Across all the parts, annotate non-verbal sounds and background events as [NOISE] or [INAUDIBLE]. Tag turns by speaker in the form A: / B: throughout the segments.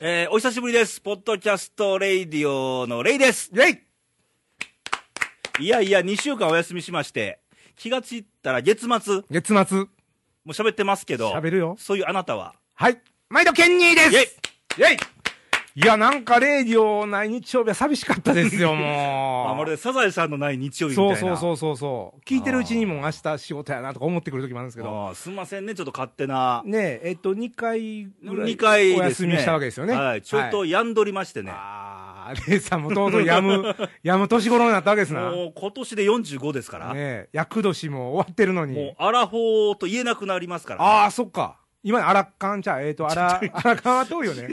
A: えー、お久しぶりです。ポッドキャストレイディオのレイです。
B: イェイ
A: いやいや、2週間お休みしまして、気がついたら月末、も
B: 月末、
A: う喋ってますけど、
B: 喋るよ
A: そういうあなたは、
B: はい。毎度ケンニーです
A: イェイ
B: イェイいや、なんか、レイディオ、ない日曜日は寂しかったですよ、もう。
A: あ [LAUGHS] まるでサザエさんのない日曜日みたい
B: そう
A: な。
B: そう
A: う
B: そうそうそう。聞いてるうちにもう明日仕事やなとか思ってくる時もあるんですけど。
A: あーすんませんね、ちょっと勝手な。
B: ねえ、えっと、2回ぐらい。
A: 2回です、ね、
B: お休みしたわけですよね。
A: はい、ちょっと
B: はい
A: 病んどりましてね。
B: あーレイさんもとうとうや
A: [LAUGHS]
B: む、やむ年頃になったわけですな。ね
A: もう今年で45ですから、
B: え、厄年も終わってるの
A: もう
B: に。
A: アラフォーと言えなくなりますから、
B: ああ、そっか。今、アラカンちゃう、え
A: [LAUGHS]
B: っと、アラ、アラカンは遠いよね。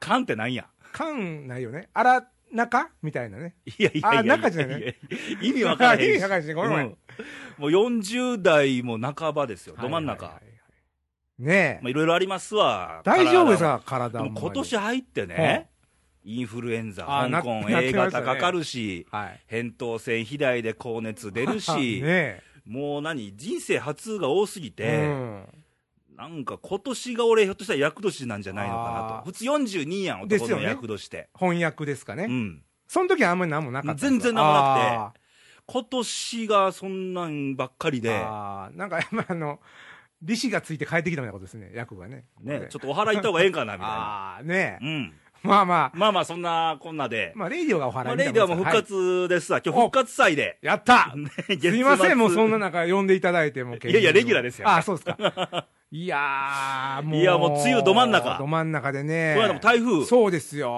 A: カンってなんや。
B: カンないよね。アラ、中みたいなね。
A: いやいやいやいや
B: あ中じゃない
A: やや意味わからへん
B: [LAUGHS] 意味わからへんしごめんごめん
A: うもう40代も半ばですよ、ど真ん中。
B: はいはいはいはいね
A: まあ、
B: え。
A: いろいろありますわ。
B: 大丈夫です
A: 体は
B: か、体
A: で
B: は
A: も今年入ってね、インフルエンザ、
B: あ
A: 香港、
B: なな
A: A
B: ってまし
A: 型
B: たね
A: かかるし、
B: はい。
A: 扁桃腺肥大で高熱出る
B: [LAUGHS] ね
A: し、
B: え。
A: もう何、人生初が多すぎ
B: う
A: て、
B: ん
A: なんか今年が俺、ひょっとしたら厄年なんじゃないのかな
B: あー
A: と。普通42やん、
B: です
A: 男
B: よ
A: の
B: ね
A: 厄年って。
B: 翻訳ですかね。
A: うん。
B: その時はあんまり何もなかったんですか。
A: 全然何もなくて
B: あ
A: 今年がそんなんばっかり
B: ー
A: で、
B: あーなんかやっぱりあの、利子がついて帰ってきたみたいなことですね、役がね。
A: ね、ちょ
B: っと。
A: っとお払い行った方がええんかな、みたいな。
B: ああ、ね
A: う
B: え。
A: ん。
B: まあまあ、
A: まあまあ、そんなこんなで。
B: まあ、レイディオがお
A: ま
B: 払
A: あ、
B: い
A: レイではもう復
B: はい
A: 活ですわ。今日復活祭で。
B: やった [LAUGHS] す
A: す
B: いません、もうそんな中呼んでいただいて、もう
A: いやいやレギュラーですよ
B: ああ、そうですか。
A: [LAUGHS]
B: いやー、もう。
A: いやもう梅雨ど真ん中
B: ど真ん中でね。
A: この間も台風
B: そうですよ。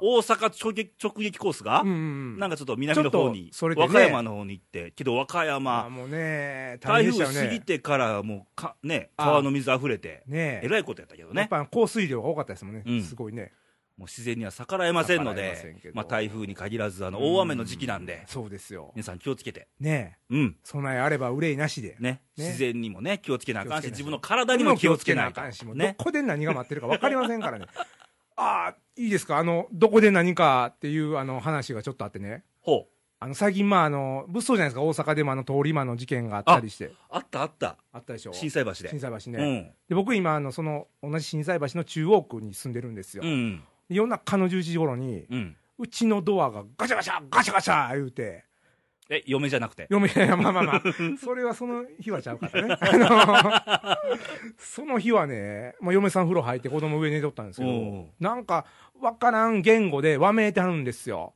A: 大阪直撃直撃コースが、
B: うんうん。
A: なんかちょっと南の方に、
B: ちょっとそれで
A: 和
B: ね
A: 歌山の方に行って、けど和歌
B: まあ、
A: 山、
B: もうね、
A: 台
B: 大変で
A: 風
B: したよ
A: 過ぎ
B: ね。
A: てからもうか、ね、
B: あー
A: 川の水溢れて、
B: ね
A: えらいことやったけど
B: やっ
A: ね、
B: ぱ降水量が多かったですもんね。
A: うん
B: すごいね。
A: もう自然には逆らえませんの
B: 逆らえま
A: で
B: せんけ、ど
A: まあ、台風に限らず、あの大雨の時期なんで、
B: そうですよ。
A: 皆さん気をつけて、
B: ね
A: うん、
B: 備えあれば憂いなしで。
A: ね
B: ね
A: 自然にもね、気をつけなあかんし、
B: 気をつけなあかん
A: 自分の体にも気をつけなあかんし、
B: もうど
A: ね、
B: こで何が待ってるか分かりませんからね。ああ、いいですか。あの、どこで何かっていうあの話がちょっとあってね。
A: ほう、
B: あの、最近、まあ、あの、物騒じゃないですか。大阪でもあの、通り魔の事件があったりして。
A: あったあった、
B: あったでしょ
A: 心斎橋で。
B: 震災橋ね。
A: うん
B: で、僕今、あの、その、同じ震災橋の中央区に住んでるんですよ。
A: うん
B: 夜中の11時頃に、
A: うん、
B: うちのドアがガチャガチャガチャガチャ言うて、
A: え嫁じゃなくて、
B: 嫁が、まあまあま
A: [LAUGHS]
B: あ、それはその日はちゃうからね。あのその日はね、まあ、嫁さん風呂入って子供上寝とったんですけ
A: おう
B: ど、なんか、わからん言語でわめいてはるんですよ。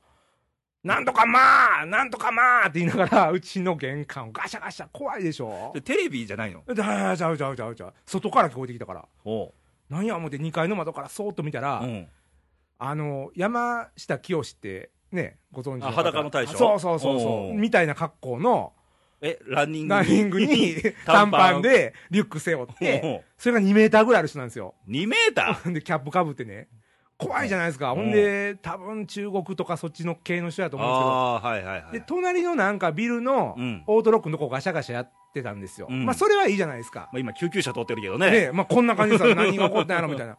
B: なんとかまあなんとかまあって言いながら、うちの玄関をガシャガシャ、怖いでしょ
A: でテレビじゃないの、
B: ちゃちゃうちゃうちゃうちゃう。外から聞こえてきたから。
A: ほ
B: なんや思って2階の窓からそーっと見たら、
A: ううん、
B: あの山下清ってねご存知の
A: あ
B: 方
A: 裸の大将
B: そうそうそう
A: お
B: そううみたいな格好の
A: えランニング
B: ランニング
A: [LAUGHS]
B: に短パンでリュック背負って
A: おう
B: それが2メーターぐらいある人なんですよ
A: 2メータ
B: でキャップかぶってね怖いじゃないですか
A: うん
B: ほんで多分中国とかそっちの系の人やと
A: ー
B: 思うんですけど
A: ああーはいはいはい
B: で隣のなんかビルの
A: うん
B: オートロックのとこガシャガシャやってたんですよ、
A: うん
B: まあそれはいいじゃないですか
A: まあ、今救急車通ってるけどね
B: で、まあ、こんな感じさ、何が起こったんやろみたいな。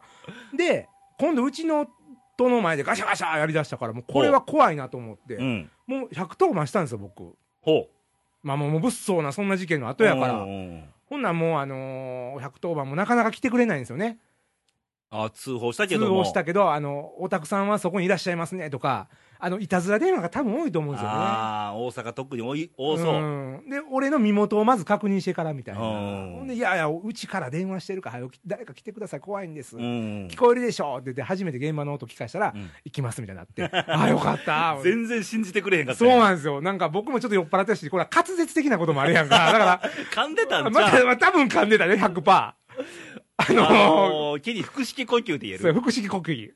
B: で、今度、うちの夫の前でガシャガシャやりだしたから、もうこれは怖いなと思って、
A: うん
B: もう110番したんですよ、僕。
A: ほ
B: まあ、もう物騒な、そんな事件の
A: う
B: 後やか
A: う
B: ら。
A: んうんうん
B: ほんなんもう、あのー、110番もなかなか来てくれないんですよね。
A: あ通報したけ
B: 通
A: ども
B: 報したけど、あの、おたくさんはそこにいらっしゃいますね、とか、あの、いたずら電話が多分多いと思うんですよね。
A: ああ大阪特に多い多そう、
B: うんで、俺の身元をまず確認してからみたいな。
A: うん
B: ほんで、いやいや、うちから電話してるから、早く誰か来てください、怖いんです。
A: うん
B: 聞こえるでしょって言って、初めて現場の音聞かしたら、
A: うん
B: 行きますみたいにな
A: [LAUGHS]
B: って、ああ、よかった。
A: 全然信じてくれへんかった
B: そう
A: よ
B: なんですよ。なんか僕もちょっと酔っ払ってたし、これは滑舌的なこともあるやんか。
A: [LAUGHS]
B: だか
A: 噛んでた
B: ら、
A: んち
B: ま
A: ゃう、
B: た、まあ、多分噛んでたね、100%。あの
A: あ
B: ー、
A: のー、木に腹式呼吸って言え
B: そう、
A: る
B: 腹式呼吸。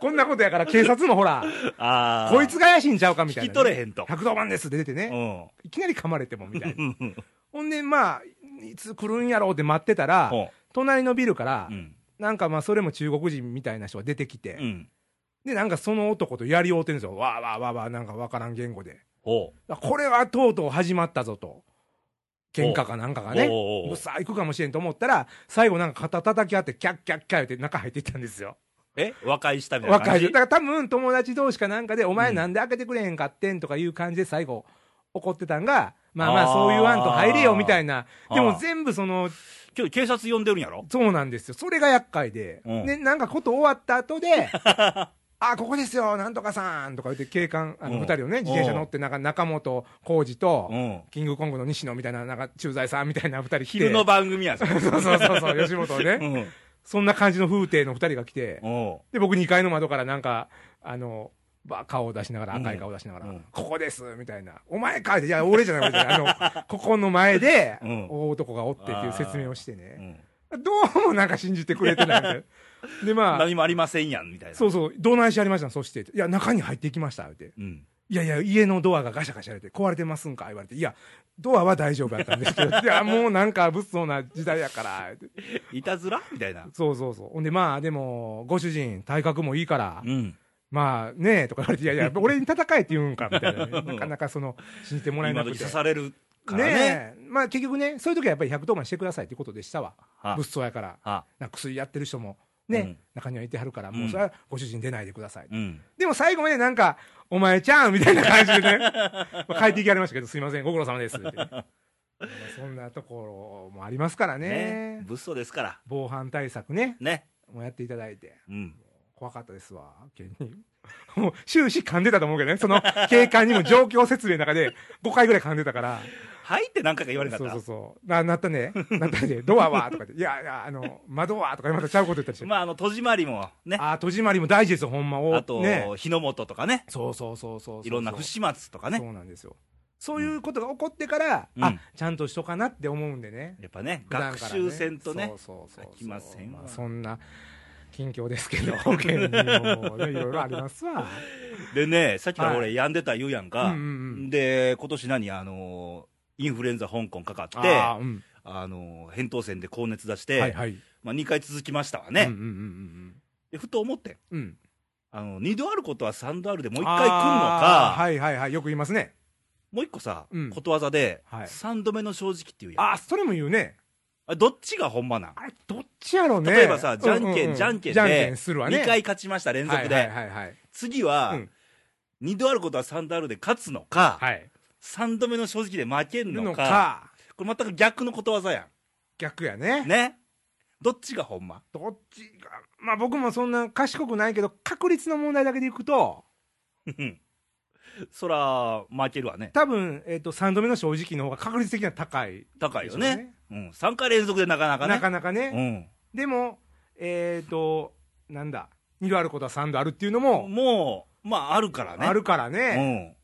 B: こんなことやから警察もほら、
A: ああ
B: こいつが怪しいんちゃうかみたいな、
A: 聞き取れへんと
B: 110番ですって出て
A: う
B: ね、
A: ん
B: いきなり噛まれてもみたいな。
A: うん
B: ほんで、まあ、いつ来るんやろうって待ってたら、
A: ほ
B: 隣のビルから
A: うう、ん
B: なんかまあ、それも中国人みたいな人が出てきて、
A: うん
B: で、なんかその男とやり合うてるんですよ。わーわーわーわー、なんかわからん言語で。
A: ほう
B: あこれはとうとう始まったぞと。喧嘩かなんかがね
A: おうおうおう。
B: ぐさあ行くかもしれんと思ったら、最後なんか肩叩き合って、キャッキャッキャッって中入っていったんですよ。
A: え和解したみたいな
B: 若
A: 感
B: い
A: じ
B: 人。だから多分友達同士かなんかで、お前
A: うん
B: なんで開けてくれへんかってんとかいう感じで最後怒ってたんが、まあまあ、そう言わんと入れよみたいな。
A: あー
B: でも全部その、
A: 今日警察呼んでるんやろ
B: そうなんですよ。それが厄介で。
A: うん
B: ね、なんかこと終わった
A: [LAUGHS]
B: 後で、あ、ここですよ、なんとかさんとか言って警官、あ
A: う
B: の、
A: ん
B: 二人をね、自転車乗って、なんか中本浩二と
A: う、ん。
B: キングコングの西野みたいな、なんか駐在さんみたいな二人来て。
A: 昼の番組やぞ。
B: [LAUGHS] そうそうそうそう、吉本を
A: う
B: ね。
A: ん。
B: そんな感じの風景の二人が来て、
A: お
B: で、僕2階の窓からなんか、あの、ば顔を出しながら、赤い顔を出しながら、
A: うん
B: ここですみたいな、お前かっていや、俺じゃない、俺じゃない、あ
A: [LAUGHS]
B: の、ここの前で、
A: うん
B: 大男がおってっていう説明をして
A: う
B: ね、
A: ん。
B: どうもなんか信じてくれてないん
A: [LAUGHS]
B: で、で、まあ、
A: 何もありませんやん、みたいな。
B: そうそう、どないしありましたんそして、いや、中に入っていきました、って。
A: うん。
B: いやいや、家のドアがガシャガシャやれて、壊れてますんか言われて、いや、ドアは大丈夫だったんです
A: [LAUGHS]
B: けど、いや、もうなんか物騒な時代やから、って
A: いたずらみたいな。
B: そうそうそう。ほんで、まあ、でも、ご主人、体格もいいから、
A: うん。
B: まあねえとか言われて、いやい
A: [LAUGHS]
B: や、俺に戦えって言うんかみたいなね、なかなかその、信じてもらえ
A: 今
B: な
A: 時
B: くて。
A: 刺されるからね。
B: ねえ、まあ結局ね、そういう時はやっぱり110番してくださいっていうことでしたわ、
A: は
B: 物騒やから、
A: は
B: なんか薬やってる人もね、
A: うん
B: 中にはいてはるから、
A: う
B: もうんそれはご主人出ないでください、
A: うん。
B: でも最後までなんか、お前ちゃんみたいな感じで
A: [LAUGHS]
B: ね、まあ帰っていきはりましたけど、すいません、ご苦労様ですってね、まあそんなところもありますからね
A: ね。物騒ですから。
B: 防犯対策ね、
A: ね。
B: もうやっていただいて。
A: うん。
B: 怖かったですわ、芸人。 [LAUGHS] もう終始噛んでたと思うけどね、その警官にも状況説明の中で5回ぐ [LAUGHS] らい噛んでたから、
A: はいって何回か言われなか
B: そ
A: っ
B: う
A: た。
B: そうそう、ななったね、なったね、ドアはとかって、いやいや、あの窓はとか、またちゃうこと言ったりして、
A: まあ、あの、戸締まりもね。
B: あー戸締まりも大事ですよ、ほんま、お
A: あと、
B: ね、
A: 日の本とかね。
B: そうそうそうそうそう、
A: いろんな不始末とかね。
B: そうなんですよ、そういうことが起こってから、
A: うん
B: あちゃんとしとかなって思うんでね、
A: やっぱね、
B: 普段
A: 学
B: から
A: 習せんとね。
B: そうそうそうそう
A: 飽きませんわ
B: あそんな近況ですけ
A: [LAUGHS]
B: ど、芸人も、ね、いろいろありますわ。
A: でね、さっきから
B: は
A: 俺、病んでた言うやんか
B: うんうんう。ん
A: で、今年何、あのー、インフルエンザ香港かかって、
B: あー
A: あ
B: うん
A: のー、扁桃腺で高熱出し
B: はい
A: て、
B: はい。
A: まあ2回続きましたわ
B: うんう
A: ね。
B: んうん
A: でふと思ってん
B: うんうん。
A: あの、2度あることは3度あるでもう
B: も
A: 1回来んのか、
B: はいはいはい。よく言いますね。
A: もう1個さ
B: うん、
A: ことわざで、
B: はい
A: 3度目の正直っていうやん。
B: ああ、それも言うね。
A: あどっちがほんまなん
B: あれ、どっちやろうね。
A: 例えばさ、じゃ
B: うんうう
A: けん、じゃんけん
B: じゃんけ
A: で
B: ん、するわね。
A: 2回勝ちました、連続
B: はい
A: で。
B: はいはいはい。
A: 次は
B: うん、
A: 2度あることは3度あるで勝つのか、
B: はい。
A: 3度目の正直で負けんの
B: の
A: か、
B: か、
A: これ全く逆のことわざや
B: 逆やね。
A: ん。ね。どっちがほんま
B: どっちが、まあ僕もそんな賢くないけど、確率の問題だけでいくと、
A: うんそら、負けるわね。
B: 多分、えっと、3度目の正直の方が確率的には高い。
A: 高いよ
B: でしょ
A: ね。うん。3回連続でなかなかね。
B: なかなかね。でも、えっと、なんだ、2度あることは3度あるっていうの
A: うん。
B: も、
A: もう、まあ、あるからね。
B: あるから
A: う
B: ね。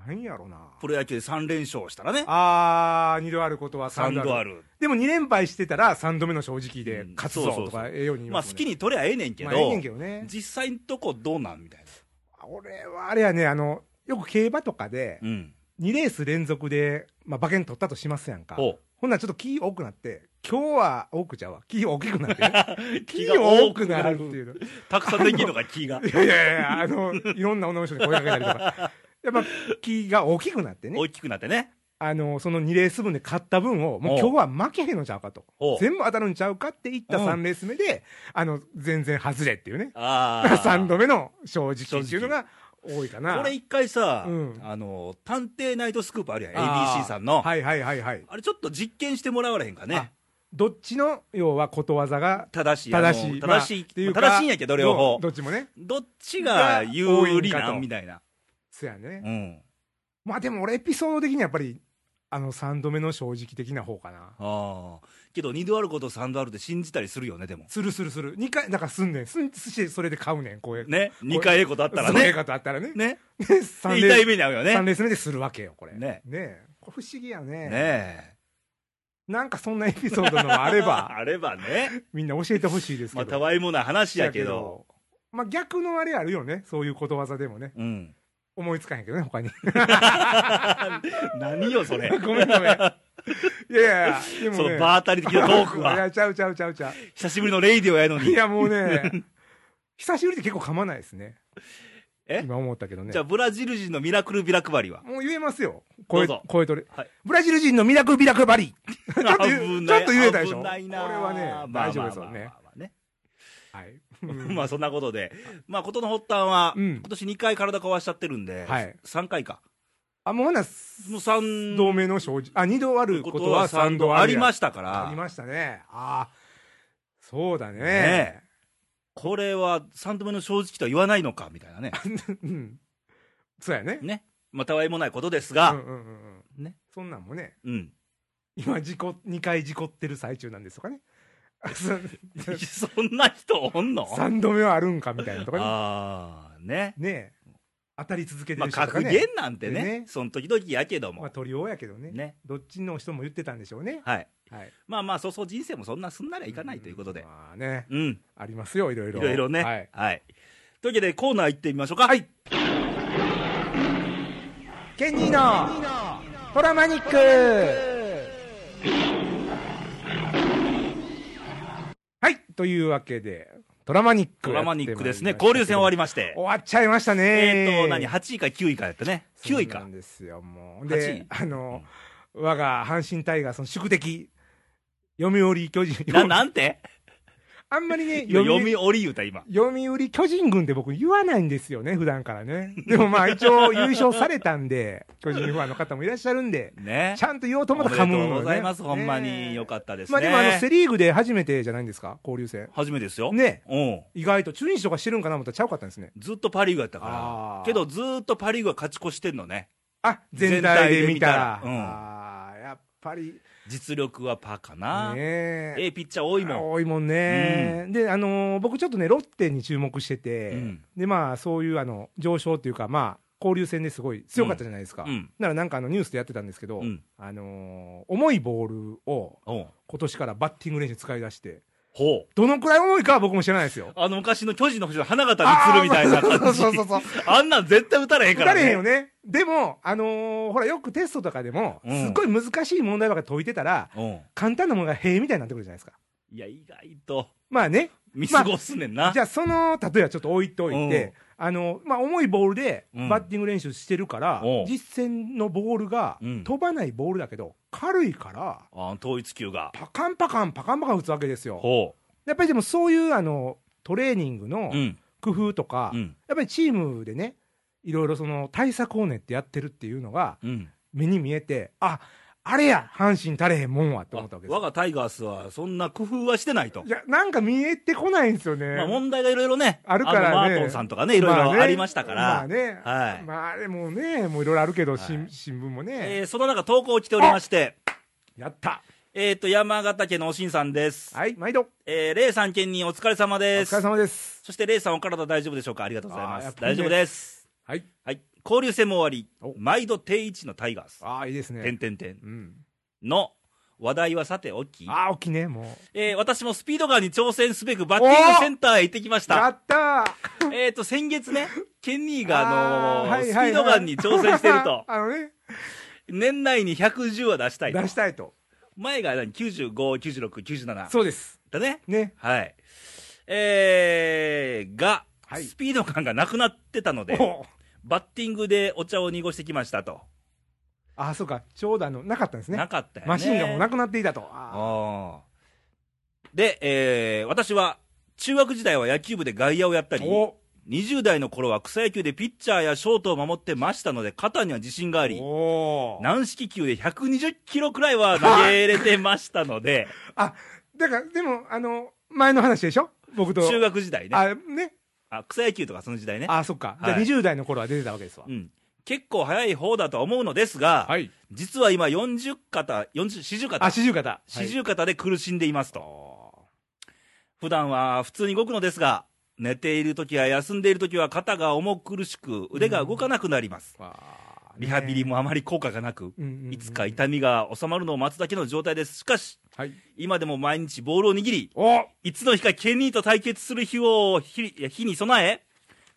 A: ん。
B: なんやろな。
A: プロ野球で3連勝したらね、
B: あー、2度あることは3
A: 3
B: 度ある。
A: 度ある。
B: でも2連敗してたら3度目の正直で
A: うん
B: 勝つぞ
A: そうそうそう
B: とか、ええように言い
A: まあ、
B: ま
A: 好
B: すもん
A: き
B: ね、
A: に取りゃええねんけど、
B: まあええねんけどね。
A: 実際のとこどうなんみたい
B: 俺はあれやね、あの、よく競馬とかで、
A: な。うん。
B: 2レース連続で、まあ、馬券取ったとしますやんか。
A: ほう。
B: ほんならちょっと気多くなって、今日は多くちゃうわ。気大きくなってね。
A: [LAUGHS] 気
B: 気
A: が
B: 多
A: 多
B: く
A: く
B: な
A: な
B: る
A: る
B: っていうの。い
A: たくさんできるのが気が。
B: やいやいや、あの、いろんな女の人に声かけたりとか。やっぱ気が大きくなってね
A: 大。きくなってね。
B: あの、その2レース分で勝った分を、もう今日は負けへんのちゃうかと
A: おう。
B: 全部当たるんちゃうかって言った
A: うん
B: 3レース目で、あの、全然外れっていうね。
A: ああ。
B: 3度目の正直っていうのが多いかな。
A: これ一回さ、
B: うん
A: あの、探偵ナイトスクープあるやん、
B: あー
A: ABC さんの。
B: はいはいはいはい。
A: あれちょっと実験してもらわれへんかね
B: あ。どっちの、要はことわざが
A: 正しい。
B: 正しい。
A: あの正しい。
B: まあっていうか
A: 正しいんやけど、両方
B: ど。どっちもね。
A: どっちが有利なんみたいな。
B: そやね。
A: うん。
B: まあでも俺エピソード的にはやっぱり、あの3度目の正直的な方かな。
A: ああ。けど、二度あること三度あるって信じたりするよね、でも。
B: するするする。2回、だからすんねん。すん、すしてそれで買うねん、こういう。
A: ね。二回ええことあったら
B: そういう
A: ね。
B: ことあったらね。
A: ね。
B: 3
A: 痛い目に遭うよね。
B: 3
A: ね
B: レース目でするわけよ、これ。
A: ね
B: ねえ。これ不思議やね。
A: え。
B: なんかそんなエピソードのもあれ
A: [LAUGHS]
B: ば、
A: あればね。
B: みんな教えてほしいですけ
A: まあ、
B: ど。
A: たわいもない話やけど。。
B: まあ逆のあれあるよね。そういうことわざでもね。
A: うん。 [LAUGHS]
B: 思いつかへんけどね、他に。 [LAUGHS]
A: 何よ、それ。
B: ごめんごめん。いやいや、でもね。
A: そのバータリ的なトーク
B: い
A: は。
B: や、ちゃうちゃうちゃうちゃう。
A: 久しぶりのレイディオやの
B: い
A: に。
B: や、もうね、久しぶりで結構噛まないですね。
A: え
B: 今思ったけどね
A: じゃ。あ、ブラジル人のミラクルビラ配りは。
B: もう言えますよ。
A: ど
B: 声
A: うぞ
B: 声取れ、
A: はい
B: ブラジル人のミラクルビラクルバリ。ちょっと言
A: 危
B: うち
A: な
B: ょ
A: い
B: っと言えたでしょ。
A: 危ないな
B: これはね、
A: まあ
B: 大丈夫ですよね
A: ま。あまあまあまあね。
B: はい。
A: まあ、そんなことで。まあ、ことの発端は、
B: うん
A: 今年2回体壊しちゃってるんで、
B: はい
A: 3回か。
B: あ、もうほな、
A: もう3
B: 同盟の生じ、あ、二度あることは三度あ
A: あ
B: る
A: り
B: や
A: ましたか
B: あ
A: ら
B: り、ましたね。ああ、そうだね。
A: ねこれは3度目の正直とは言わないのかみたいなね、
B: うん。そうやね。
A: ねまあ、たわいもないことです
B: うん
A: が、
B: うんうんうん。
A: ね。
B: そんなんもね、
A: うん、 [LAUGHS]
B: 今、事故、2回事故ってる最中なんです
A: [LAUGHS]
B: とかね。
A: そんな人おんの
B: 3度目はあるんかみたいなとかね。
A: ああ、ね、
B: ねえ当たり続けて
A: まあ、
B: る人とか
A: 格
B: ね。
A: 言なんてね、
B: でね
A: その時々やけども、
B: まあ、取りやけどね。
A: ね、
B: どっちの人も言ってたんでしょうね。
A: はい、
B: はい。
A: まあまあ、そうそう人生もそんなすんなりゃいかないということで、
B: まあね、
A: うん、
B: ありますよ、いろい
A: い
B: ろ。
A: ろいろね、
B: は
A: はいい。。というわけで、コーナー行ってみましょうか。はい。
B: ケニーのトラマニックはいというわけでトラマニック
A: ドラマニックですね、
B: やってまい
A: 交流戦
B: りましたけ
A: 終
B: ど
A: わりまして、
B: 終わっちゃいましたね
A: えっと、何、8位か9位かやったね、9位
B: そうな
A: か
B: ん、ですよもうであの
A: うん、
B: 我が阪神タイガースの宿敵読売巨人
A: ななんて
B: あんまりね
A: 読
B: 読
A: み
B: 売
A: 降り言うた、今。
B: 読売巨人軍って僕言わないんですよね普段からねでもまあ一応優勝されたんで巨人ファンの方もいらっしゃるんで
A: ね
B: [LAUGHS] ち。ゃんと言おうと
A: お
B: 思
A: め
B: った
A: で
B: ら
A: と
B: 噛むのよ
A: う
B: ね
A: ございます、ほんま
B: ね
A: に。
B: え
A: よかったですね。
B: まあでもあのセ・リーグで初めてじゃないんですか、交流戦。
A: 初めてですよ。
B: ね
A: うん。
B: 意外と中日とかしてるんかなと思ったらちゃうかったんですね。
A: ずっとパ・リーグやったか
B: あー
A: ら。けど、ずーっとパ・リーグは勝ち越してんのね。
B: あ全体で見たら。
A: 全体で見たらうん
B: あーやっぱり、
A: 実力はパーかな。え
B: ね
A: えピッチャー多いもん。
B: 多いもんね。で、あのー僕ちょっとね、ロッテに注目してて、
A: うん
B: で、まあそういうあの上昇っていうか、まあ交流戦ですごい強かったじゃないですか。
A: うん。
B: ならなんかあのニュースでやってたんですけど、
A: うん。
B: あのー重いボールを
A: おう
B: 今年からバッティング練習使い出して、
A: ほう。
B: どのくらい重いかは僕も知らないで
A: [LAUGHS]
B: すよ。
A: あの、昔の巨人の星の花形につるみたいな
B: あー
A: 感じ
B: そう。そうそうそう。
A: あんなん絶対打たれへん
B: 打
A: から
B: たれへんよ
A: ね。
B: ね。でも、あのーほら、よくテストとかでも、
A: うん
B: すっごい難しい問題ばっかり解いてたら、
A: うん。
B: 簡単なものが平みたいになってくるじゃないですか。
A: いや、意外と
B: まあね、
A: 見過ごすねんな
B: じ。ゃあその、例えばちょっと置いといて、あのまあ、重いボールで
A: うん
B: バッティング練習してるから、
A: おう
B: 実戦のボールが、
A: うん
B: 飛ばないボールだけど、軽いから、
A: あ統一球が。
B: パカンパカン、パカンパカン打つわけですよ。
A: ほ
B: やっぱりでもそういう、あの、トレーニングの
A: う。うん。
B: 工夫とか、
A: うん。
B: やっぱりチームでね、いろいろその対策を練ってやってるっていうのが、
A: うん。
B: 目に見えて、ああれや、阪神たれへんもんはって思ったわけです
A: 我。がタイガースはそんな工夫はしてないと
B: い。や、なんか見えてこないんですよね。
A: まあ問題がいろいろね、
B: あるからね
A: のマートンさんとかね、いろい
B: まあ
A: ろ
B: ね
A: ありましたか
B: まあ
A: ら、
B: ね、
A: はい
B: まあでもね、もういろいろあるけど、
A: い
B: 新新聞もね、
A: えーその中、投稿来ておりまして、
B: やった。
A: えっ、と、山形県のおしんさんです。
B: はい、毎度、
A: えー、レイさん県にお疲れ様
B: お
A: です。
B: 疲れ様です。
A: そして、レイさん、お体大丈夫でしょうかありがとうございま
B: あーやっ
A: す。
B: ぱりね
A: 大丈夫です。
B: はい。
A: はい。交流戦も終わ
B: お
A: り、毎度定位置のタイガース、
B: ああ、いいです
A: 点
B: ね。
A: 点点
B: うん。
A: の話題はさておき、
B: ああ、大きいね、もう。
A: えー私もスピードガンに挑戦すべくバッティングセンターへ行ってきました。
B: やった
A: えっ、と、先月ね、ケニーが、あのー
B: ーはい
A: スピ
B: はい
A: ードガンに挑戦してる
B: [LAUGHS]
A: と。
B: あのね、
A: 年内に110は出したいと。
B: 出したいと。
A: 前が何 ?95、96、97。
B: そうです。
A: だね。
B: ね。
A: はい。えー、が、
B: はい
A: スピード感がなくなってたので、
B: おう
A: バッティングでお茶を濁してきましたと。
B: ああ、そうか、ちょうどあの、なかったんですね
A: な。かったよね。
B: マシンがもうな
A: く
B: くなっていたと。あ
A: で、えー、私は、中学時代は野球部で外野をやった
B: あ
A: り、
B: お
A: 20代の頃は草野球でピッチャーやショートを守ってましたので、肩には自信があり、
B: お
A: 軟式球で120キロくらいは投げれてましたので、
B: [LAUGHS] あ、だから、でも、あの、前の話でしょ僕と。
A: 中学時代ね。
B: あ、ね。
A: あ、草野球とかその時代ね。
B: あ、そっか。
A: はい
B: じゃあ20代の頃は出てたわけですわ
A: う。ん。結構早い方だとは思うのですが、
B: はい。
A: 実は今40肩、40、40
B: あ、
A: 肩、
B: 四十肩。
A: 40肩で苦しんでいますと。
B: お
A: 普段は普通に動くのですが、寝ている時や休んでいる時は肩が重苦しく、腕が動かなくなります。
B: ーわー
A: リハビリ。もあまり効果がなく、
B: うんうんうん
A: いつか痛みが収まるのを待つだけの状態です。しかし、
B: はい。
A: 今でも毎日ボールを握り、
B: お
A: いつの日かケニーと対決する日を、日日に備え、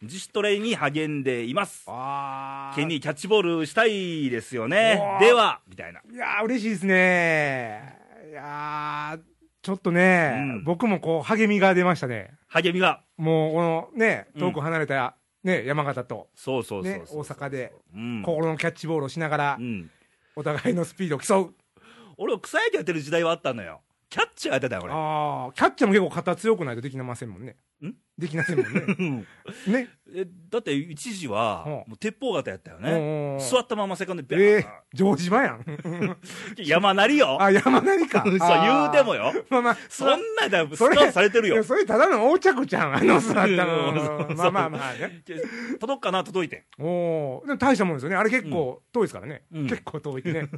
A: 自主トレに励んでいます。
B: あ
A: ケニーキャッチボールしたいですよね
B: お。ー
A: では、みたいな。
B: いやー、嬉しいですね。いやー、ちょっと
A: う
B: ね
A: ん、
B: 僕もこう、励みが出ましたね。
A: 励みが。
B: もう、このね、
A: うん
B: 遠く離れた、ね、山形と、
A: そうそうそう
B: ね、
A: そう
B: 大阪で、
A: うん。
B: 心のキャッチボールをしながら
A: う、ん。
B: お互いのスピードを競う。
A: 俺、草野球やってる時代はあったのよ。キャッチャーやってたよ、俺。
B: ああ、キャッチャーも結構肩強くないとできませんもんね。できないもんね。
A: [LAUGHS]
B: ね。
A: えだって一時は、
B: うん
A: もう鉄砲型やったよね、
B: うん
A: 座ったままセカンドでビャー
B: え
A: ン
B: え城島やん。
A: 山なりよ、
B: あ、山なり
A: [LAUGHS]
B: か。
A: そう言
B: あ
A: う
B: ー
A: ても。よ、
B: まあまあ、
A: そんなだ、ス
B: そ
A: カ
B: れ
A: ウトされてる
B: いや
A: よ、
B: それただの横着じゃん、あの座った
A: う
B: の。
A: ん
B: まあまあま
A: [LAUGHS]
B: あね。
A: 届くかな、届いて
B: おお、でも大したもんですよね。あれ結構遠いですからね。
A: うん
B: 結構遠い
A: [LAUGHS]
B: ね。
A: ん、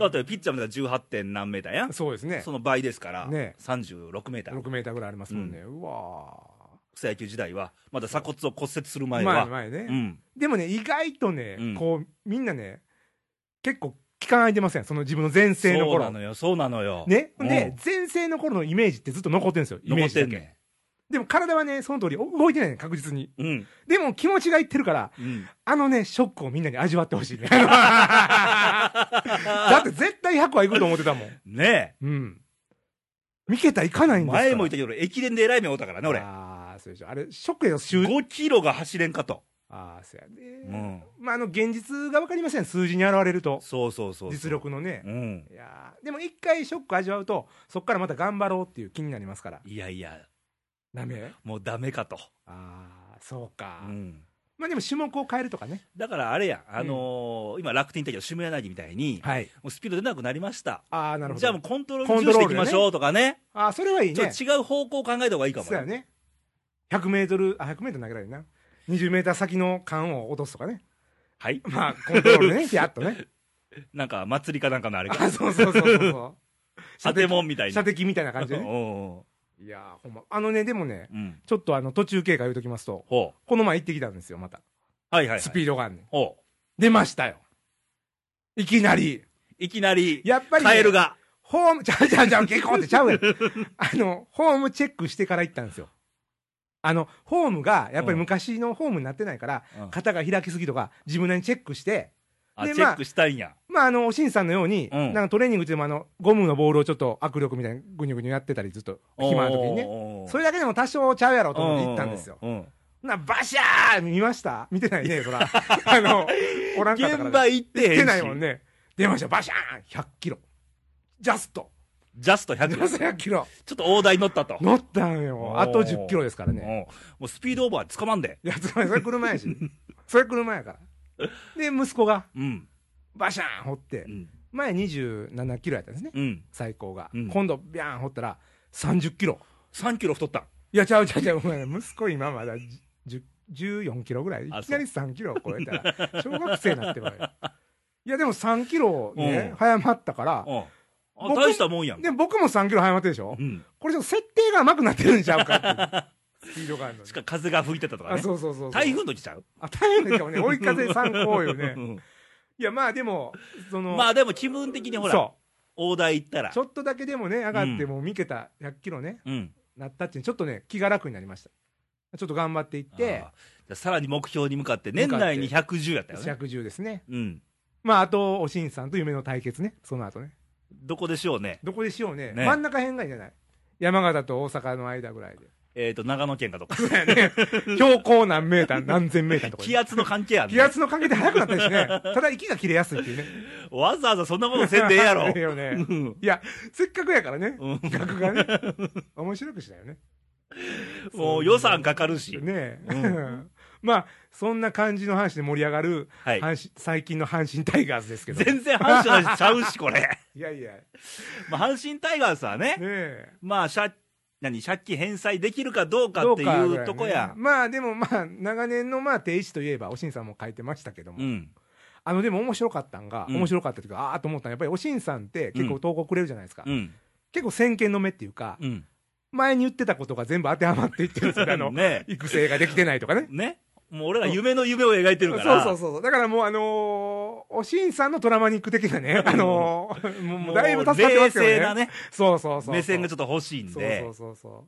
A: だってピッチャーまでが18点何メーターや、
B: そうですね
A: そ。の倍ですから、
B: ね
A: 36メーター、
B: 6メーターぐらいありますもんね。うわ
A: 草野球時代は、まだ鎖骨を骨折する
B: ー
A: 前
B: 前ね
A: は、
B: 前
A: う
B: ね。
A: ん、
B: でもね、意外とね
A: うん、
B: こう、みんなね、結構期間空いてません。その自分の前世の
A: そうな
B: 頃。
A: のよ、そうなのよ、
B: ね。
A: うん
B: で、前世の頃のイメージってずっと残ってるんですよ。イメ
A: 残
B: ー
A: っ
B: ジだ
A: て
B: け
A: んね
B: でも体はね、その通り動いてないね、確実に。
A: ん、うん、
B: でも気持ちがいってるから、
A: うん、
B: あのね、ショックをみんなに味わってほしい
A: [LAUGHS]
B: ね。だって絶対100はいくと思ってたもん。
A: ね
B: うん。三桁いかな
A: え、
B: いんですから
A: 前も言ったけど、駅伝でえらい目を負ったからね、俺、
B: ああ、そうでしょ。あれ、ショックやよ、週。
A: 5キロが走れんかと、
B: ああ、そうや
A: う
B: ね。
A: ん、
B: まあ、あの、現実がわかりません。数字に現れると。
A: そうそうそうそう、
B: 実、力のね
A: う。ん、
B: いやーでも一回ショック味わうと、そっからまた頑張ろうっていう気になりますから。
A: いやいや、
B: ダメ
A: もうダメかと、
B: ああ、そうか。
A: うん、
B: まあでも種目を変えるとかね。
A: だからあれや、あのー今、楽天だけど、シムヤナギみたいに、
B: はい。
A: もうスピード出なくなりました。
B: ああ、なるほど。
A: じゃあもうコントロー
B: コ
A: ル
B: ン
A: 重
B: トロ
A: 視
B: ー
A: で
B: ル
A: いきましょうとかね、
B: ああ、それはいいね。
A: ちょっと違う方向を考えた方がいいかも
B: そうやね。100メートル、あ、100メートル投げられるな。20メーター先の缶を落とすとかね。
A: はい、
B: まあ、コントロール [LAUGHS] でね、やっとね。
A: なんか祭りかなんかのあれか
B: あ、、そうそうそうそうそう。
A: 当てもんみたいな
B: [LAUGHS] 射。的みたいな感じでね。
A: お
B: いやー、ほんま。あのね、でもね
A: う、おううん。
B: ちょっとあの、途中経過言うときますと、
A: ほ
B: この前行ってきたんですよ、また。
A: う。はいはい、はい。
B: スピードガンね。
A: ほ
B: 出ましたよ。いきなり。
A: う。いきなり、
B: やっぱりね、
A: カエルが。
B: ホーム、ちゃうちゃうちゃう、結構ってちゃ
A: [LAUGHS]
B: うやん。あの、ホームチェックしてから行ったんですよ。あの、ホームが、やっぱり昔のホームになってないから、
A: うん
B: 肩が開きすぎとか、自分なりにチェックして、
A: あ、チ
B: で
A: ェ
B: まあ
A: ックしたいんや。
B: まあ、あの、おしんさんのように、
A: うん
B: なんかトレーニングでもあの、ゴムのボールをちょっと握力みたいにぐにゅぐにゅやってたり、ずっと暇な時にね。
A: ね
B: そ
A: れ
B: れだけでも多少ちゃうやろと思って行ったんですよ。
A: よ。
B: な、バシャー見ました見てないね、そら。 [LAUGHS] あの、おらんかったから、
A: 現場行ってへんし
B: 出ないもんね。出ました、バシャーン !100 キロ。ジャスト。
A: ジャスト
B: ジ
A: 100
B: ャ。スト100キロ。
A: ちょっと大台乗ったと。
B: 乗ったんよ。あと
A: おー
B: 10キロですから
A: うん
B: ね。
A: もうスピードオーバー捕まんで。
B: いや、つまりそれ車やし。
A: [LAUGHS]
B: それ車やから。で、息子が、
A: うん。
B: バシャーン掘って
A: う、ん。
B: 前27キロやったんですね。
A: うん。
B: 最高が。
A: うん
B: 今度、ビャーン掘ったら、30キロ。
A: 3キロ太った。
B: いや、ちゃうちゃうちゃう。お前息子今まだ10 14キロぐらい。いきな
A: あ
B: り3キロを超えたら、小学生になってまうよ。いや、でも3キロね、早まったから、
A: うん。あ、
B: 僕
A: 大したもんやん。
B: で、僕も3キロ早まってるでしょ
A: うん。
B: これちょっと設定が甘くなってるんちゃうかっていう。スピードがあるのに
A: し。かも風が吹いてたとか
B: あ、
A: ね。
B: そうそうそうそう。
A: 台風の時ちゃう
B: あ、大変だかもね。 [LAUGHS] 追い風参考よね
A: う。ん
B: いや、まあでも、その、
A: まあでも気分的にほら、
B: そ
A: 大台行った
B: う。
A: ら
B: ち。ょっとだけでもね、上がっ
A: う
B: て、もう見けた100キロね、
A: うん。
B: なったっていう、ちょっとね、気が楽になりました。ちょっと頑張っていっ
A: あー
B: て、
A: じゃあさらに目標に向かって、年内に110やったよね。
B: 110ですね。
A: うん。
B: まあ、あと、おしんさんと夢の対決ね、その後ね。
A: どこでしょうね。
B: どこでしようね。
A: ね
B: 真ん中辺がいいんじゃない山形と大阪の間ぐらい [LAUGHS]
A: えっ、と、長野県かとか。
B: で。標高何メーター、何千メーターとかで。
A: 気圧の関係やん、ね。
B: 気圧の関係で速くなったりしね。ただ息が切れやすいっていうね。
A: わざわざそんなことせんでええやろ
B: [LAUGHS] いい。よね
A: うん
B: いや、せっかくやからね。
A: うん
B: 企画がね。面白くしたよね。
A: もう予算かかるし。
B: ねえ。
A: う
B: [LAUGHS] まあ、そんな感じの話で盛り上がる、
A: はい
B: 阪神最近の阪神タイガースですけど。
A: 全然阪神の話ちゃうし、これ。 [LAUGHS]
B: いやいや。ね
A: まあ、阪神タイガースはね、
B: え。
A: まあ、借、何、借金返済できるかどうかって
B: どかぐら
A: い
B: ね
A: うとこや。
B: まあでもまあ、長年のまあ、定位置といえば、おしんさんも書いてましたけども。
A: うん。
B: あの、でも面白かったんが、
A: うん
B: 面白かったというか、ああと思ったのは、やっぱりおしんさんって結構投稿くれるじゃないですか。
A: うん。
B: 結構先見の目っていうか、 [LAUGHS]
A: うん。
B: 前に言ってたことが全部当てはまっていってるんですよ。あの、
A: [LAUGHS] ね
B: 育成ができてないとかね。
A: ね。もう俺ら夢の夢を描いてるから。
B: そうそうそうそう。だからもうあのーおしんさんのトラマニック的なね、あのーもうもうだいぶ助かってますよね。
A: 冷静なね、
B: そうそうそうそう。
A: 目線がちょ
B: ょ
A: っと欲しいんで。
B: そうそうそうそう。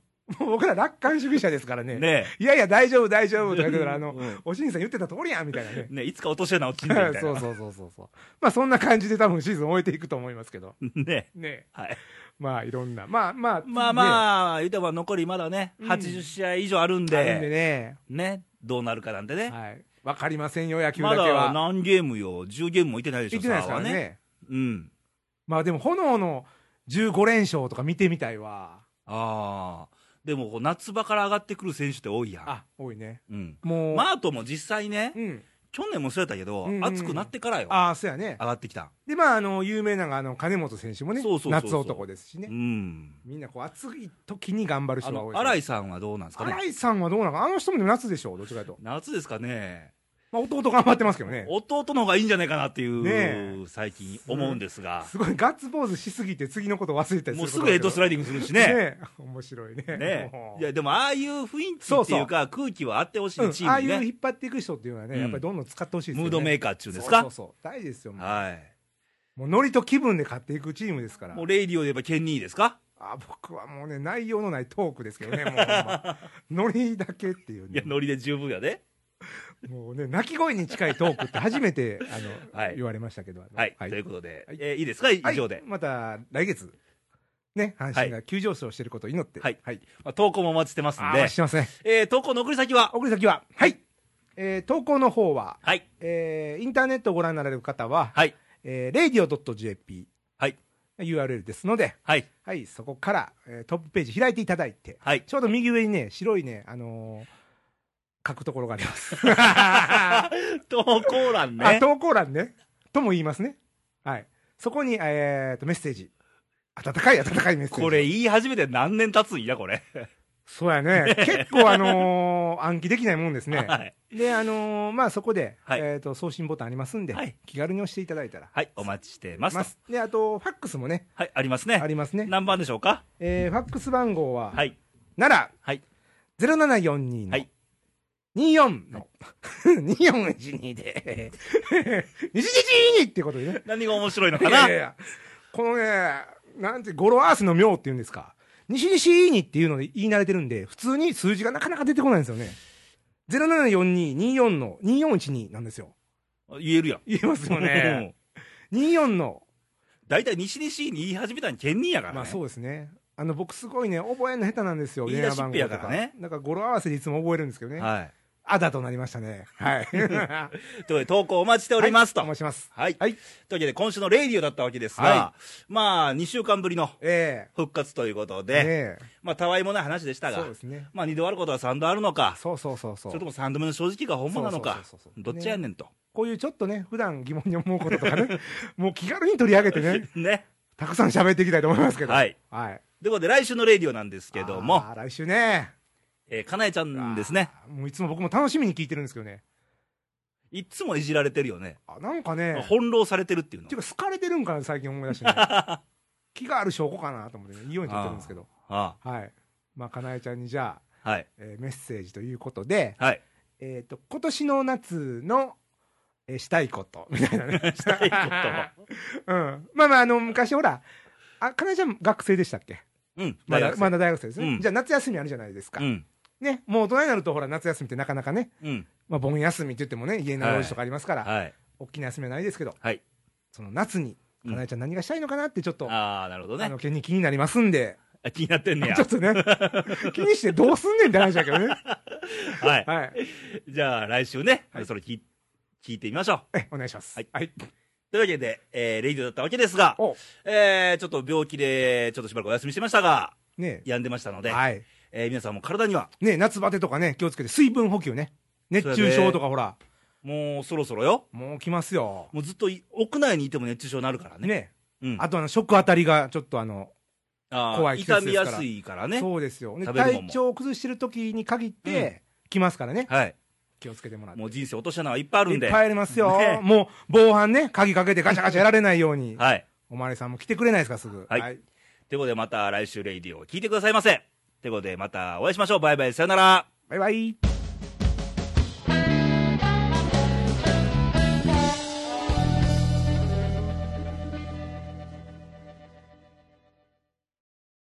B: もう僕ら楽観主義者ですからね。
A: ね
B: いやいや、大丈夫、大丈夫とか言ってたら、あの、
A: うん。
B: おしんさん言ってた通りやんみたいなね
A: ね、いつか落とし穴落ちんねみたいな。
B: [LAUGHS] そうそうそうそうそう。まあそんな感じで多分シーズン終えていくと思いますけど。
A: ね。
B: ね。
A: はい。
B: まあいろんな。まあまあ。
A: まあ
B: あ。
A: まあ、言うても残りまだね、
B: うん
A: 80試合以上あるん
B: あるんで
A: で、
B: ね。
A: ね、どうなるかなんてね。
B: はい。わかりませんよ、野球だ
A: ま
B: け
A: だ
B: は。
A: 何ゲームよ、10ゲームもいってないでしょ、
B: 言ってないです
A: 差
B: から
A: は
B: ね。
A: うん。
B: まあでも、炎の15連勝とか見てみたいわ。
A: ああ。でもこう夏場から上がってくる選手って多いやん、
B: あ、多いね。
A: うん、
B: もう、
A: マートも実際ね、
B: うん。
A: 去年もそうやったけど、
B: うんうん
A: 暑くなってからよ、
B: ああ、そうやね。
A: 上がってきた、
B: で、まあ、あの、有名なのが、あの、金本選手もね
A: そうそうそ、うそう
B: 夏男ですし
A: う
B: ね。
A: ん、
B: みんなこう、暑い時に頑張る
A: あ
B: 人が
A: の
B: 多い。
A: 新井さんはどうなんですかね、
B: 新井さんはどうなのかあの人もでも夏でしょ、どっちかというと。
A: 夏ですかね、
B: まあ、弟頑張ってますけどね。
A: 弟の方がいいんじゃないかなっていう、
B: ね
A: 最近思うんですが、
B: すごいガッツポーズしすぎて次のこと忘れたりする
A: もうすぐヘッドス
B: ラ
A: ライディングするし
B: イ
A: ね。
B: ね面白いね。
A: ね
B: もう
A: いやでもああいう雰囲気
B: そう
A: って
B: そう
A: いうか空気はあってほし
B: うん
A: いチー
B: ああ
A: ム
B: い
A: にね、
B: う引っ張っていく人っていうのはね、
A: うん
B: やっぱりどんどん使ってほしいですよね。
A: ムードメ
B: イ
A: ーカーっちゅうんですか
B: そうそうそう。大事ですよ。もう
A: はい
B: もうノリと気分で勝っていくチームですから
A: もう。レイディオで言えばケンニーですか
B: あ僕はもうね、内容のないトークですけどね、もうほん
A: [LAUGHS]
B: ま、ノリだけっていう
A: いや
B: ね、
A: ノリで十分やで、
B: もうね、泣き声に近いトークって初めてあの、
A: はい
B: 言われましたけど、あの
A: はいということで、
B: はい
A: えーいいですか以上で、
B: はいまた来月、ね、阪神が急上昇してることを祈って、
A: はいまあ、投稿もお待ちしてますん
B: あ
A: で
B: ー、してますね。
A: えー投稿の送り先は
B: 送り先は、はい、えー投稿の方は、
A: はい
B: えーインターネットをご覧になられる方は、
A: はい
B: えー radio.jp、
A: はい、
B: URL ですので、
A: はい
B: はい、そこから、えートップページ開いていただいて、 [LAUGHS]
A: はい
B: ちょうど右上にね、白いね、あのー書くところがあります。
A: 投稿欄 [LAUGHS]
B: あ
A: ね
B: 投稿欄ね。とも言いますね。はい。そこに、えー、と、メッセージ。温かい温かいメッセージ。
A: これ。言い始めて何年経つんやこれ、
B: そう
A: [LAUGHS]
B: やね。結構、あのー暗記できないもんですね。
A: はい
B: で、あのーまあ、そこで、
A: はい
B: えっ、と、送信ボタンありますんで、
A: はい
B: 気軽に押していただいたら。
A: はいお待ちしてますと
B: ますで、あと、ファックスもね、
A: はいありますね
B: ありますね。
A: 何番でしょうか
B: えー、ファックス番号は、
A: はい
B: なら、
A: はい
B: 0742の、
A: はい
B: 24の、2412で、2412ってことでね。
A: 何が面白いの
B: い
A: か
B: や
A: ない
B: やいやこのね、なんて、語呂合わせの妙っていうんですか。西西にっていうので言い慣れてるんで、普通に数字がなかなか出てこないんですよね。074224の2412なんですよ。
A: 言えるやん
B: 言えますよね。24の。
A: 大体西西に言い始めたに県人やからね、
B: まあそうですね。あの、僕すごいね、覚えるの下手なんですよ。
A: 言い出しっぺやからね
B: 電話番号となんか語呂合わせでいつも覚えるんですけどね。
A: は
B: あだとなりましたね。
A: [LAUGHS]
B: はい。
A: い、ということで投稿お待ちしておりますと、
B: お
A: はい
B: 待ちします。
A: と
B: はい
A: いうわけで今週のレイディオだったわけですが、
B: は
A: まあ2週間ぶりの
B: え
A: 復活ということ
B: え
A: で、
B: ね
A: まあたわいもない話でし
B: え
A: たが
B: そうですね。
A: まあ、2度あることは3度あるのか
B: そうそうそう
A: そ
B: そ
A: うれと。も3度目の正直が本物なのか
B: そうそうそうそう
A: どっちやねんと
B: こういうちょっとね、普段疑問に思うこととかね、 [LAUGHS] もう気軽に取り上げてね、
A: [LAUGHS] ね
B: たくさん喋っていきたいと思いますけど。。
A: はいいということで来週のレイディオなんですけども
B: あー。来週ね。
A: えーかなえちゃんですね
B: あー。もういつも僕も楽しみに聞いてるんですけどね。
A: いっつもいじられてるよね
B: あ、なんかね、っ
A: 翻弄されてるっていうの
B: ていうか好かれてるんかな、最近思い出して
A: [LAUGHS]
B: ね。気がある証拠かなと思ってね、いいように撮ってるんですけど。
A: あ
B: はい。まあ、かなえちゃんにじゃあ、
A: あはい
B: えーメッセージということで、 [LAUGHS]
A: はい
B: えっ、と、今年の夏の、えーしたいこと、みたい
A: [LAUGHS]
B: なね。した
A: いこ
B: [LAUGHS] うん。まあまあ、あの、昔ほら、あ、かなえちゃん学生でしたっけ
A: うん
B: ま
A: 大
B: だ
A: 学生
B: まだ大学生ですね、
A: うん
B: じゃあ夏休みあるじゃないですか、
A: うん
B: ね、もう大人になるとほら夏休みってなかなかね、
A: うん
B: まあ、盆休みって言ってもね家の用事とかありますから、
A: はい
B: 大きな休みはないですけど
A: はい
B: その夏に
A: うん
B: かなえちゃん何がしたいのかなってちょっと、あ
A: ああなるほどね
B: の気に気になりますんで
A: あ気になってんねや
B: [LAUGHS] ちょっとね気にしてどうすんねんって話だけどね
A: [LAUGHS] はい
B: はい
A: じゃあ来週ね
B: はい
A: それ聞い聞いてみましょう
B: えお願いします
A: はい
B: はい、
A: というわけでえーレイディオだったわけですが
B: お
A: えーちょっと病気でちょっとしばらくお休みしてましたが
B: ね
A: 病んでましたので
B: はい
A: えー皆さんも体には
B: ね夏バテとかね気をつけて水分補給ね熱中症とかほら
A: もうそろそろよ
B: もう来ますよ
A: もうずっとい屋内にいても熱中症になるからね。
B: ね
A: うん、
B: あとあの食あたりがちょっとあの
A: あー
B: 怖い季節
A: 痛み
B: です
A: や
B: から
A: すいからね。
B: そうですよ、ね、
A: 食べるもん
B: 体
A: も
B: 調を崩してる時に限って、来ますからね、
A: はい。
B: 気をつけてもらって。
A: もう人生落としたのはいっぱいある
B: い
A: ん
B: っ
A: で。
B: ぱいありますよ、
A: ね
B: もう防犯ね、鍵かけてガチャガチャやられないように、
A: はい。
B: おまわりさんも来てくれないですか、すぐ。
A: はいということでまた来週レイディオを聞いてくださいませ。ということでまたお会いしましょう。バイバイ。さよなら。
B: バイバイ。